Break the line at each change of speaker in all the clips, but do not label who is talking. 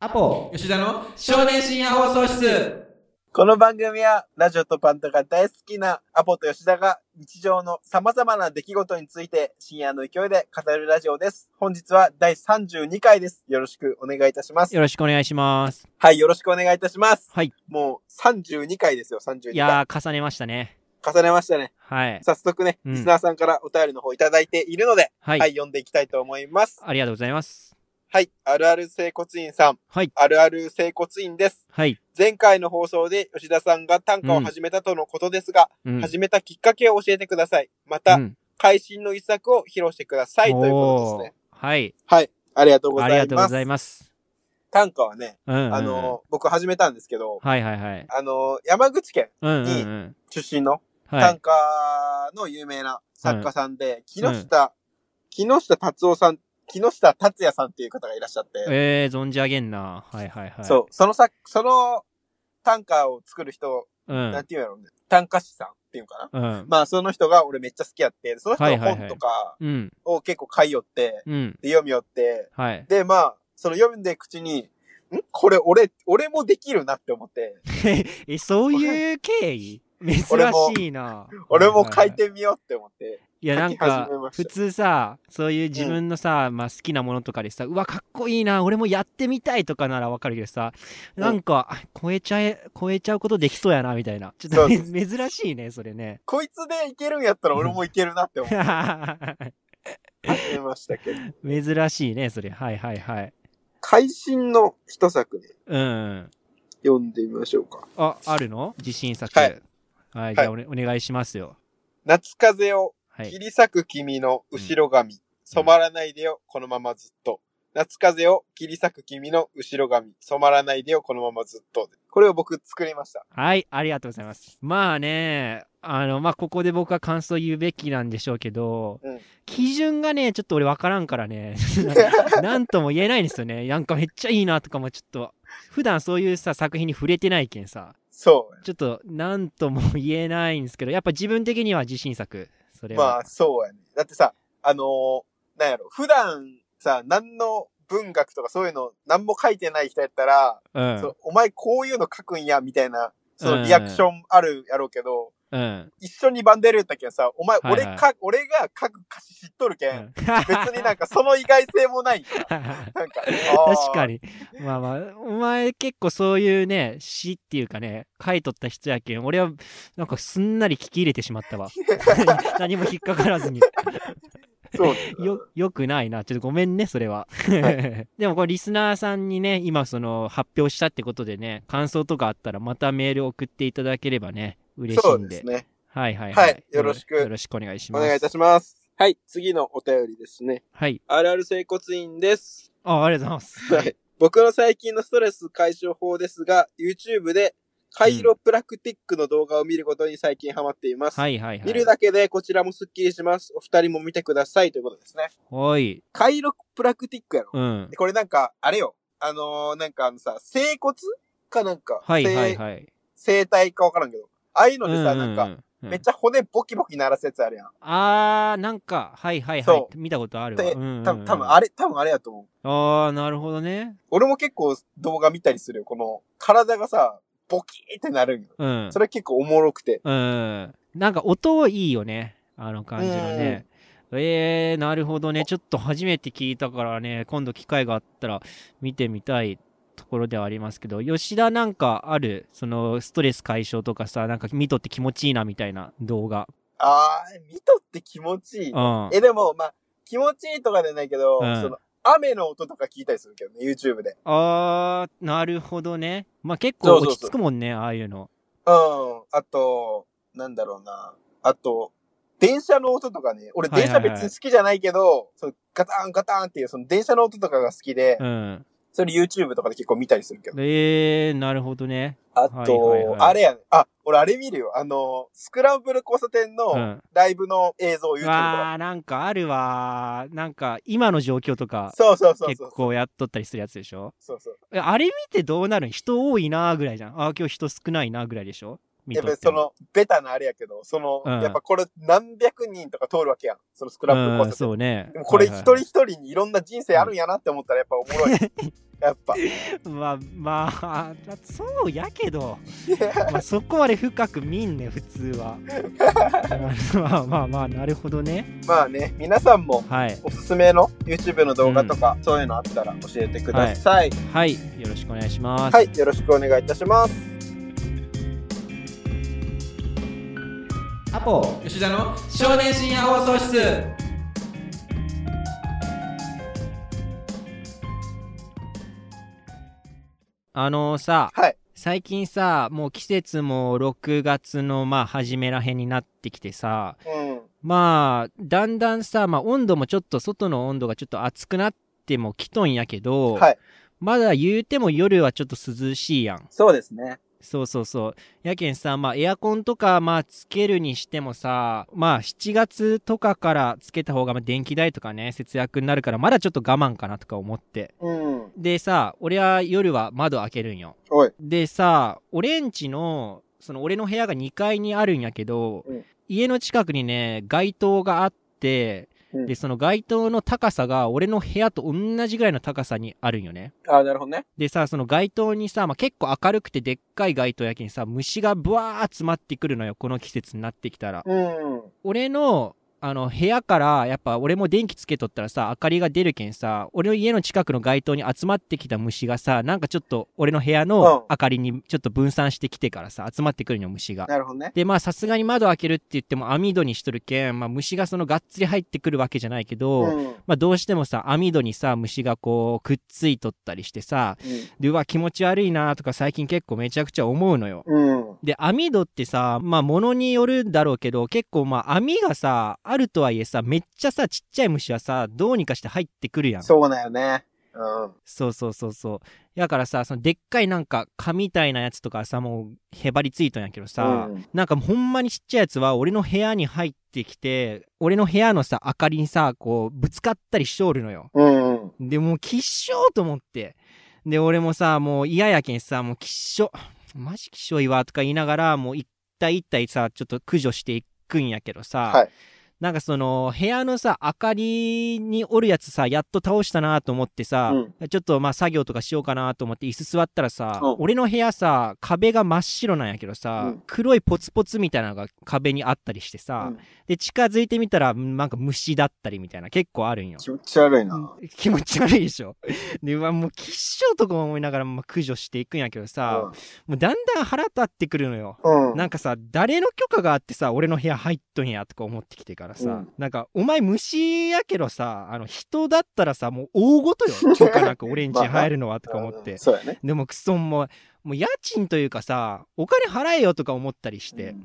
アポ
吉田の少年深夜放送室
この番組は、ラジオとパンタが大好きなアポと吉田が日常の様々な出来事について深夜の勢いで語るラジオです。本日は第32回です。よろしくお願いいたします。
よろしくお願いします。
はい、よろしくお願いいたします。
はい。
もう32回ですよ、32
い
回。
やー、重ねましたね。
重ねましたね。
はい。
早速ね、
うん
リスナーさんからお便りの方いただいているので、
はい。
はい、読んでいきたいと思います。
ありがとうございます。
はい、あるある整骨院さん。
はい
あるある整骨院です。
はい。
前回の放送で吉田さんが短歌を始めたとのことですが、
うん。
始めたきっかけを教えてください。また、
うん
会心の一作を披露してくださいということですね。
おーはい。
はい。ありがとうござ
あ
います。
りがとうございます。
短歌はね、
うんうんうん。
あの、僕始めたんですけど、
はいはいはい。
あの、山口県
うんうんうん。
出身の
は
短
い。
歌の有名な作家さんで、木
うん
下、木下達夫さん、木下達也さんっていう方がいらっしゃって、
えー、存じ上げんな。はいはいはい。
そう、その作、その短歌を作る人、
う。う
なん
ん。
ていうんやろうね、短歌師さんっていうのかな。
うん。
まあ、その人が俺めっちゃ好きやって、その人の
はいはいは
本
い
とか
うん。
を結構買い寄って、
うん。
で、読み寄って、
はい。
で、まあ、その読んで口に、んこれ俺、俺もできるなって思って、
え、そういう経緯珍
俺も
しいな。
俺も書
はい
てみようって思って。
いや
書き
なんか
始めました
普通さそういう自分のさ、まあ、好きなものとかでさうわかっこいいな俺もやってみたいとかならわかるけどさ
うん
なんかあ超えちゃえ超えちゃうことできそうやなみたいなちょっ
そ
と
う
め 珍しいねそれね
こいつでいけるんやったら俺もいけるなって思って始めましたけど。
珍しいねそれはいはいはい
会心の一作ね、
うん
読んでみましょうか。
ああるの自信作
はい、
はいじゃあお,、ねお願いしますよ
夏風を
はい
切り裂く君の後ろ髪、染まらないでよ、このままずっと。夏風を切り裂く君の後ろ髪、染まらないでよ、このままずっと。これを僕作りました。
はいありがとうございますまあねあのまあここで僕は感想言うべきなんでしょうけど、
うん
基準がねちょっと俺分からんから ねなんとも言えないんですよね。なんかめっちゃいいなとかもちょっと、普段そういうさ、作品に触れてないけんさ、
そ。
ちょっとなんとも言えないんですけど、やっぱ自分的には自信作。そうれ
ま
は
あ、。そうやね。だってさ、あのーなんやろ、普段さ、何の文学とかそういうの何も書いてない人やったら、
うん
そのお前こういうの書くんや、みたいな、そのリアクションあるやろうけど、
うん。
一緒にバンデルやったけんさ、お前、
はいはい
俺か、俺が書く歌詞知っとるけ、
うんん。
別になん かその意外性もない。なんか、あー
確か。に。まあまあ、お前結構そういうね、詩っていうかね、書いとった人やけん、俺はなんかすんなり聞き入れてしま ったわ。何も引っかからずに。
そう。
よ、よくないな。ちょっとごめんね、それは。 でもこれリスナーさんにね、今その発表したってことでね、感想とかあったらまたメール送っていただければね、嬉しい
そ
ん
う
で。
ですね。
はいはい
はいよろしく
よろしくお願いし
お
ます。
願いいたします。はい、次のお便りですね。
はい。
あるある整骨院です。
あ、ありがとうございます。
はい。僕の最近のストレス解消法ですが、YouTube でカイロプラクティックの動画を見ることに最近ハマっています。
はいはいはい。
見るだけでこちらもスッキリします。お二人も見てくださいということですね。
おい。
カイロプラクティックやろ。
うん。
これなんか、あれよ。あのー、なんかあのさ、整骨かなんか、
はいはい
整
はい。
整体かわからんけど。ああいうの
うん
でさ、なんか、
うん
めっちゃ骨ボキボキ鳴らすやつあるやん。
あー、なんか、はいはいは
そ
い。見たことあるわ。
で、
うんうんうん
多分多分あれ、多分あれやと思う。
あー、なるほどね。
俺も結構動画見たりするよ。この、体がさ、ボキーってなるんよ。
うん
そ。れ結構おもろくて。
うん。なんか音いいよね。あの感じのね。えー、なるほどね。ちょっと初めて聞いたからね、今度機会があったら見てみたいところではありますけど、吉田なんかある、そのストレス解消とかさ、なんか見とって気持ちいいなみたいな動画。
あー、見とって気持ちいい。
うん。
え、でも、まあ、気持ちいいとかじゃないけど、
うん
その、雨の音とか聞いたりするけどね、YouTube で。
あー、なるほどね。まあ結
そ
構
うそうそう
落ち着くもんね、ああいうの。
うん。あと、なんだろうな。あと、電車の音とかね、俺
はい
電
はいは
車
い
別に好きじゃないけど、そのガタンガタンっていう、その電車の音とかが好きで、
うん。
それ YouTube とかで結構見たりするけど。
えー、なるほどね。
あと、
はいはいはい
あれやね。あ、俺あれ見るよ。あの、スクランブル交差点
う
の
ん。
ライブの映像を YouTube とか。
わー、なんかあるわー。なんか今の状況とか。
そうそうそう
結
そう。
構やっとったりするやつでしょ
そうそう。
えあれ見てどうなるん人多いなーぐらいじゃんあー今日人少ないなーぐらいでしょ見
やっ
と
ぱり
って
そ
も
の、ベタなあれやけど、その、
うん
やっぱこれ何百人とか通るわけやん。そのスクラップ
うん、
交差点。
そうね
でもこれ一人
はい
一人にいろんな人生あるんやなって思ったらやっぱおもろい。 やっぱ。
はいまあまあそうやけど、まあ、そこまで深く見んね普通 はまあまあまあなるほどね
まあね、皆さんも
はい
おすすめの YouTube の動画とか、そういうのあったら教えてください。
はいよろしくお願いします、
はい、よろしくお願いいたします。
アポ
吉田の少年深夜放送室
あのさ、
はい
最近さもう季節も6月のまあ初めらへんになってきてさ
うん。
まあだんだんさ、まあ、温度もちょっと外の温度がちょっと暑くなってもきとんやけど、
はい
まだ言うても夜はちょっと涼しいやん
そうですね。
そうそうそうやけんさまあエアコンとかまあつけるにしてもさまあ7月とかからつけた方がまあ電気代とかね節約になるからまだちょっと我慢かなとか思って
うん。
でさ俺は夜は窓開けるんよ
おい。
でさ俺んちのその俺の部屋が2階にあるんやけど、
うん
家の近くにね街灯があって、
うん
でその街灯の高さが俺の部屋と同じぐらいの高さにあるんよね
ああ、なるほどね。
でさその街灯にさ、まあ、結構明るくてでっかい街灯やけにさ虫がブワー集まってくるのよこの季節になってきたら
うん。
俺のあの部屋からやっぱ俺も電気つけとったらさ明かりが出るけんさ俺の家の近くの街灯に集まってきた虫がさなんかちょっと俺の部屋の
うん
明かりにちょっと分散してきてからさ集まってくるのよ虫が。
なるほどね。
でまあさすがに窓開けるって言っても網戸にしとるけん、まあ、虫がそのがっつり入ってくるわけじゃないけど、
うん。
まあ、どうしてもさ網戸にさ虫がこうくっついとったりしてさでうわ気持ち悪いなとか最近結構めちゃくちゃ思うのよ。
うん。うん。
で網戸ってさまあ物によるんだろうけど結構まあ網がさあるとはいえさめっちゃさちっちゃい虫はさどうにかして入ってくるやん
そうだよね。うん。
そうそうそうそうだからさそのでっかいなんか蚊みたいなやつとかさもうへばりついたんやけどさ、
うん
なんかほんまにちっちゃいやつは俺の部屋に入ってきて俺の部屋のさ明かりにさこうぶつかったりしとるのよ
うん。うん。
でもうきっしょーと思ってで俺もさもう嫌やけんさもうきっしょマジきっしょいわとか言いながらもう一体一体さちょっと駆除していくんやけどさ、
はい
なんかその部屋のさ明かりにおるやつさやっと倒したなと思ってさ、
うん
ちょっとまあ作業とかしようかなと思って椅子座ったらさ、
うん
俺の部屋さ壁が真っ白なんやけどさ、
うん
黒いポツポツみたいなのが壁にあったりしてさ、
うん
で近づいてみたらなんか虫だったりみたいな結構あるんよ。
気持ち悪いな。
気持ち悪いでしょ。 で、うわ、もう、きっしょとか思いながら、まあ、駆除していくんやけどさ、もうだんだん腹立ってくるのよ。
うん。うん。
なんかさ、誰の許可があってさ、俺の部屋入っとんやとか思ってきてからさ、
うん
なんか、お前虫やけどさ、あの、人だったらさ、もう大ごとよ。許可なく 俺んちに入るのはとか思っ
うん
て。
そうやね。
でも、クソも、もう家賃というかさ、お金払えよとか思ったりして。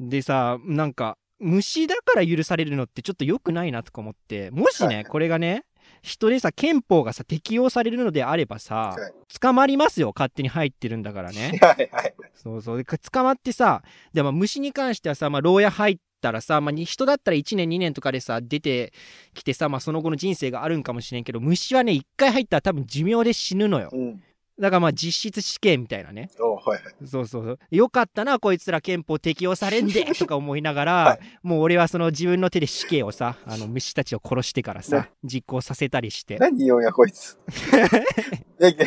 でさなんか虫だから許されるのってちょっと良くないなとか思ってもしね、
はい
これがね人でさ憲法がさ適用されるのであればさ、
はい
捕まりますよ勝手に入ってるんだから
うん。
ね
はいはい。
そうそうで捕まってさでも虫に関してはさ、まあ、牢屋入ったらさ、まあ、に人だったら1年2年とかでさ出てきてさ、まあ、その後の人生があるんかもしれんけど虫はね1回入ったら多分寿命で死ぬのよ
うん。
だからまあ実質死刑みたいなね
おはいはい。
そうそうそうよかったなこいつら憲法適用されん でとか思いながら、
は
もう俺はその自分の手で死刑をさあの虫たちを殺してからさ
ね
実行させたりして
何言うんや、こいつ。いやいや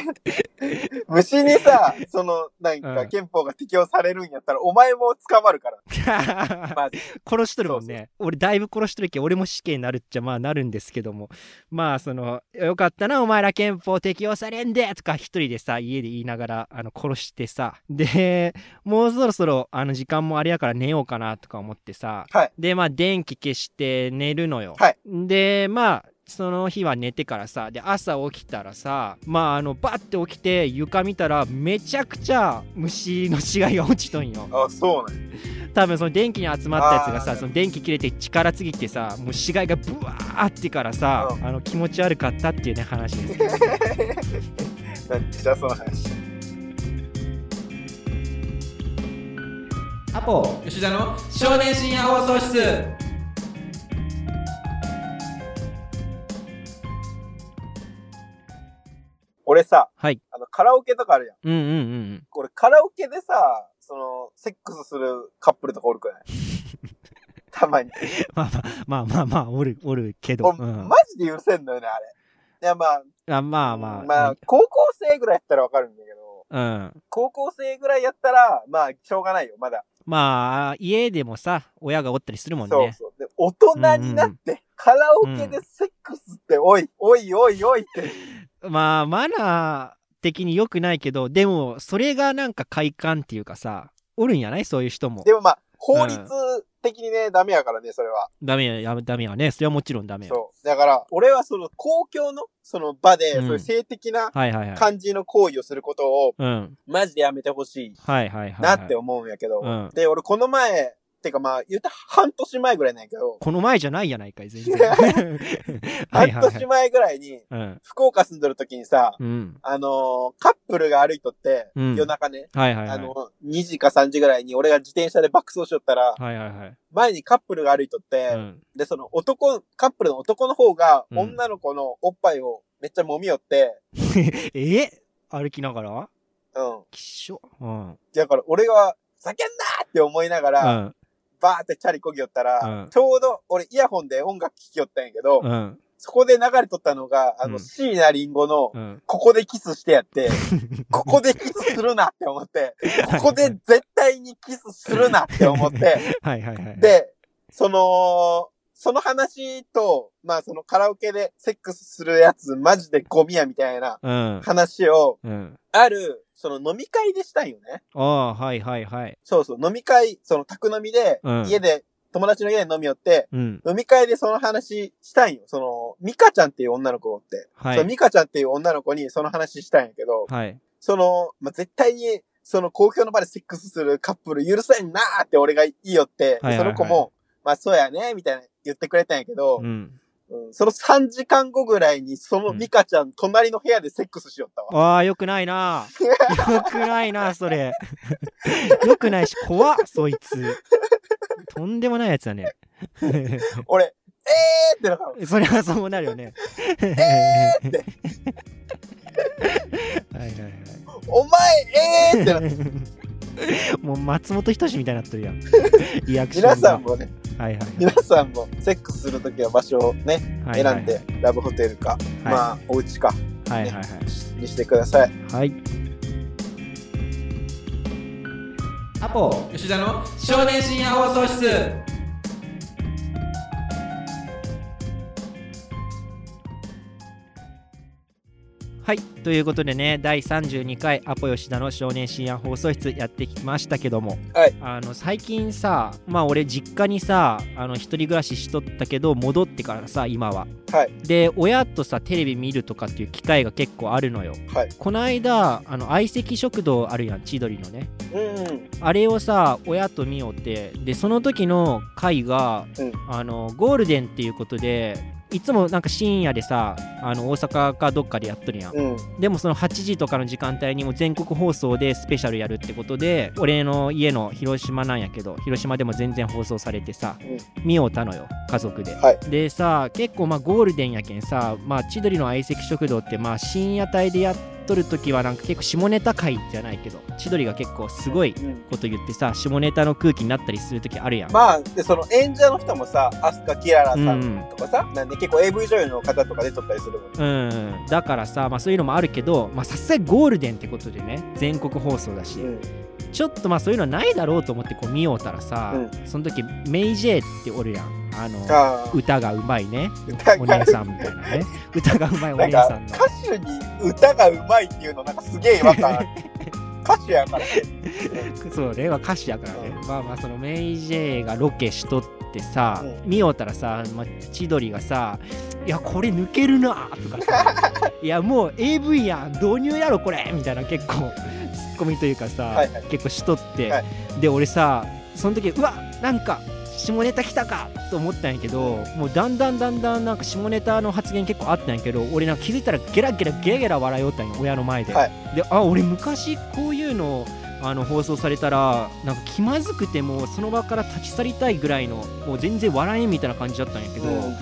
虫に さ、その、なん
う
か
ん
憲法が適用されるんやったら、お前も捕まるから。まず。
殺しとるもんね俺だいぶ殺しとるけん俺も死刑になるっちゃまあなるんですけどもまあそのよかったなお前ら憲法適用されんでとか一人でさ家で言いながらあの殺してさでもうそろそろあの時間もあれやから寝ようかなとか思ってさ、
はい
でまあ電気消して寝るのよ、
はい
でまあその日は寝てからさで朝起きたらさまああのバッて起きて床見たらめちゃくちゃ虫の死骸が落ちとんよ
あ、そうなんや
多分その電気に集まったやつが
あ
さ
ー
その電気切れて力尽きてさもう死骸がブワーってからさ、
う
あの気持ち悪かったっていうね話 です
なんじゃあその話。
アポ
吉田の少年深夜放送室
俺さ、
はい
あの、カラオケとかあるやん。
うんうんうん
俺、カラオケでさ、その、セックスするカップルとかおるく ないたまに。
まあまあまあまあ、おる、おるけど。
お
うん
マジで許せんのよね、あれ。いや、まあ、
あまあまあ。
まあ、高校生ぐらいやったらわかるんだけど、
うん。
高校生ぐらいやったら、まあ、しょうがないよ、まだ。
まあ、家でもさ、親がおったりするもん
そう
ね。
そう。で、大人になって、カラオケでセックスって、おい、おいおいおいって。
まあ、マナー的に良くないけど、でも、それがなんか快感っていうかさ、おるんやないそういう人も
で。もまあ、法律的にね、ダメやからね、それは。
ダメや、やダメやね。それはもちろんダメや。
そう。だから、俺はその公共の、その場で、
う
そうんいう性的な
はいはいはい。
感じの行為をすることを、
うん。
マジでやめてほし
はいはいはい
い
はい。
なって思うんやけど。
うん。
で、俺この前、てかまあ、言ったら半年前ぐらいなんやけど、
この前じゃないやないかい、全 然。はい
半
はいは
年
い。
前ぐらいに、
うん。
福岡住んでる時にさ、
うん。
あのーカップルが歩いとって、
うん
夜中ね、
はいはいはい。
あの、2時か3時ぐらいに俺が自転車で爆走しよったら、
はいはいはい。
前にカップルが歩いとって、
うん。
で、その男、カップルの男の方が、
うん
女の子のおっぱいをめっちゃ揉みよって、
え歩きながら
うん。
きっしょ。うん。うん。
だから俺は、叫んだって思いながら、バーってチャリこぎよったら、
うん
ちょうど俺イヤホンで音楽聴きよったんやけど、
うん。
そこで流れとったのが、あ
う
の、
ん
椎名林檎の、
うん。
ここでキスして やって、ここでキスするなって思って、ここで絶対にキスするなって思 って、
はいはいはい。、
で、その、その話と、まあそのカラオケでセックスするやつマジでゴミやみたいな
うん。
話を、
うん。
ある、その飲み会でしたんよね。
ああ、はいはいはい。
そうそう、飲み会、その宅飲みで、
うん
家で、友達の家で飲みよって、
うん。
飲み会でその話したんよ。その、ミカちゃんっていう女の子おって。
は
その
い。
ミカちゃんっていう女の子にその話したんやけど、
はい。
その、まあ、絶対に、その公共の場でセックスするカップル許せんなーって俺が言いよって、で
はいはいはい
その子も、まあそうやね、みたいな言ってくれたんやけど、
うん。
うんその3時間後ぐらいに、その
うん
ミカちゃん、隣の部屋でセックスしよったわ。
ああ、よくないな。 よくないな、それ。 よくないし、怖っ、そいつ。とんでもないやつだね。
俺、えーってなったの
それはそうなるよね。
ーって
はいはいはい。
お前、えーって なった
もう松本人志みたいになってるや ん。リアクションが
皆さんもね、
はいはい
皆さんもセックスするときは場所をね、
はい。
選んで、ラブホテルか、まあ、お家か、
はいはいはい。
にしてください。
はい。
アポ吉田の少年深夜放送室
はい。ということでね、第32回アポ吉田の少年深夜放送室やってきましたけども、
はい
あの最近さ、まあ俺実家にさ、あの一人暮らししとったけど、戻ってからさ、今は。
はい
で、親とさ、テレビ見るとかっていう機会が結構あるのよ。
はい
この間、あの相席食堂あるやん、千鳥のね。
うん。
あれをさ親と見ようってでその時の回が、
うん
あのゴールデンっていうことでいつもなんか深夜でさあの大阪かどっかでやっとるやん、
うん。
でもその8時とかの時間帯にも全国放送でスペシャルやるってことで俺の家の広島なんやけど広島でも全然放送されてさ、見ようたのよ家族で、
は
でさ結構まあゴールデンやけんさ、まあ、千鳥の相席食堂ってまあ深夜帯でやっとる時はなんか結構下ネタ回じゃないけど千鳥が結構すごい
うん
こと言ってさ下ネタの空気になったりする時あるやん、
まあ、で、その演者の人もさ、アスカ・キララさ
うんん
とかさ、なんで結構 AV 女優の方とか出とったりするもん。
うんだからさ、まあ、そういうのもあるけどまあさすがにゴールデンってことでね全国放送だし、
うん
ちょっとまあそういうのはないだろうと思ってこう見ようたらさ、
う
その時メイジェイっておるやんあの
あー
歌がうまいね
歌
お
が
姉さんみたいなね 歌がうまいお
なん
姉
か
さんの
歌手に歌がうまいっていうのなんかすげえ違和感あ る歌手やから
そうね、まあ、歌詞やからね、
う
まあまあそのメイジェイがロケしとってさ、
う
見よったらさ、まあ、千鳥がさ「いやこれ抜けるな」とか さ「いやもう AV やん導入やろこれ」みたいな結構ツッコミというかさ、
はいはい
結構しとって、
はい
で俺さその時うわなんか下ネタ来たかと思ったんやけどもうだんだんだんだんなんか下ネタの発言結構あったんやけど俺なんか気づいたらゲラゲラゲラゲラ笑いよったんよ親の前で、
はい
であ俺昔こういうのあの放送されたらなんか気まずくてもうその場から立ち去りたいぐらいのもう全然笑えんみたいな感じだったんやけど、
うん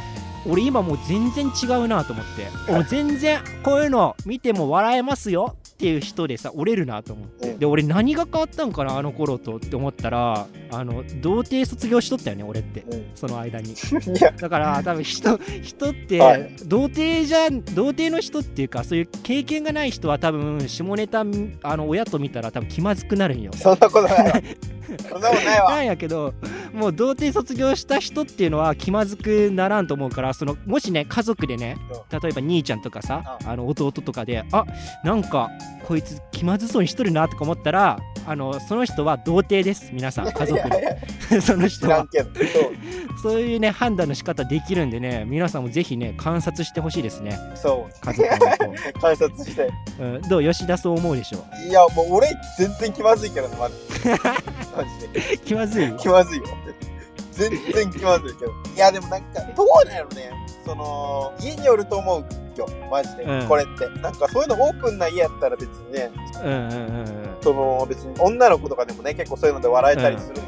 俺今もう全然違うなと思って俺全然こういうの見ても笑えますよっていう人でさ折れるなと思って
うん
で俺何が変わったんかなあの頃とって思ったらあの童貞卒業しとったよね俺って
うん
その間に
いや、
だから多分人人って、
はい
童貞じゃ童貞の人っていうかそういう経験がない人は多分下ネタあの親と見たら多分気まずくなるんよ
そんなことない わ。そんなことない
な
わ。
んやけどもう童貞卒業した人っていうのは気まずくならんと思うからそのもしね家族でね例えば兄ちゃんとかさあの弟とかであなんかこいつ気まずそうにしとるなとか思ったらあのその人は童貞です皆さん家族
いやいや
で その
知
人
ら
は
んけど。そう
そういうね判断の仕方できるんでね皆さんもぜひね観察してほしいですね
そ
家族のこ
う。観察して。
と、うん、どう吉田そう思うでしょ
いや、もう俺、全然気まずいけどね、まず。マ ジで。
気まずい
気まずいよ。全然気まずいけど。いや、でもなんか、どうなのね。その、家によると思うよ。マジで。
うん
これって。なんか、そういうのオープンな家やったら別にね、
うんうんうんうん
その、別に女の子とかでもね、結構そういうので笑えたりするんや。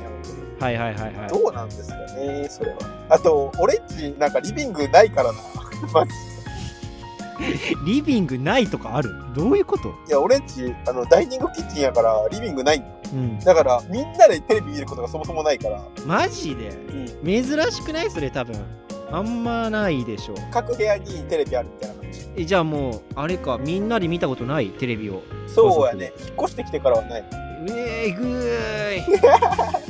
はいはいはいはい
どうなんですかね、それは。あと、俺んち、なんかリビングないからな。 マジ
リビングないとかあるどういうこと
いや、俺んち、あの、ダイニングキッチンやから、リビングないんだよ
うん
だから、みんなでテレビ見ることがそもそもないから、
マジで珍しくないそれ多分あんまないでしょ
各部屋にテレビあるみたいな感じ。
えじゃあもうあれかみんなで見たことないテレビを
そうやね。引っ越してきてからはない。
えー、ぐーい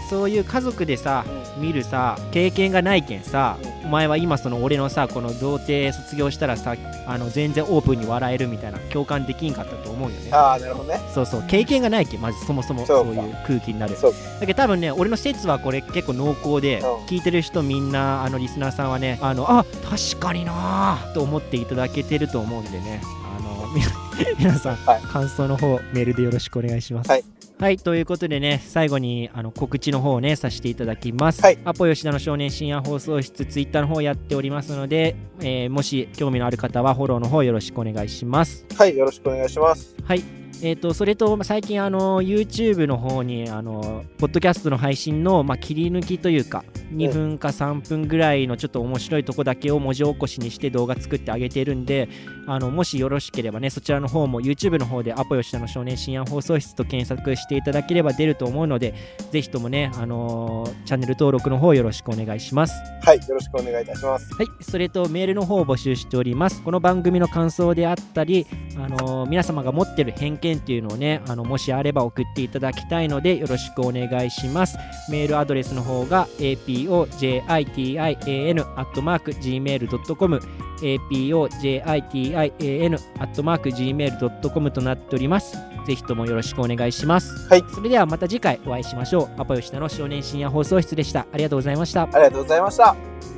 そういう家族でさ見るさ経験がないけんさお前は今その俺のさこの童貞卒業したらさあの全然オープンに笑えるみたいな共感できんかったと思うよね
ああ、なるほどね。
そうそう経験がないけんまずそもそも
そう
そ
か
ういう空気になる
そう
だけど多分ね俺の説はこれ結構濃厚で、
うん
聞いてる人みんなあのリスナーさんはねあのあ確かになーと思っていただけてると思うんでねあのみ 皆さん、
はい
感想の方メールでよろしくお願いします。
はい
はいということでね最後にあの告知の方をねさせていただきます、
はい
アポ吉田の少年深夜放送室ツイッターの方やっておりますので、えーもし興味のある方はフォローの方よろしくお願いします
はい、よろしくお願いします。
はい。えー、とそれと最近あの YouTube の方にあのポッドキャストの配信の、まあ、切り抜きというか2分か3分ぐらいのちょっと面白いとこだけを文字起こしにして動画作ってあげてるんであのもしよろしければねそちらの方も YouTube の方で「アポ吉田の少年深夜放送室」と検索していただければ出ると思うのでぜひともね、あのーチャンネル登録の方よろしくお願いします。
はい、よろしくお願いいたします。
はい、それとメールの方を募集しております。この番組の感想であったり、あのー皆様が持ってる偏見っていうのをね、あのもしあれば送っていただきたいのでよろしくお願いします。メールアドレスの方が apojitian@gmail.com apojitian@gmail.com となっております。ぜひともよろしくお願いします。
はい
それではまた次回お会いしましょう。アポヨシタの少年深夜放送室でした。ありがとうございました。
ありがとうございました。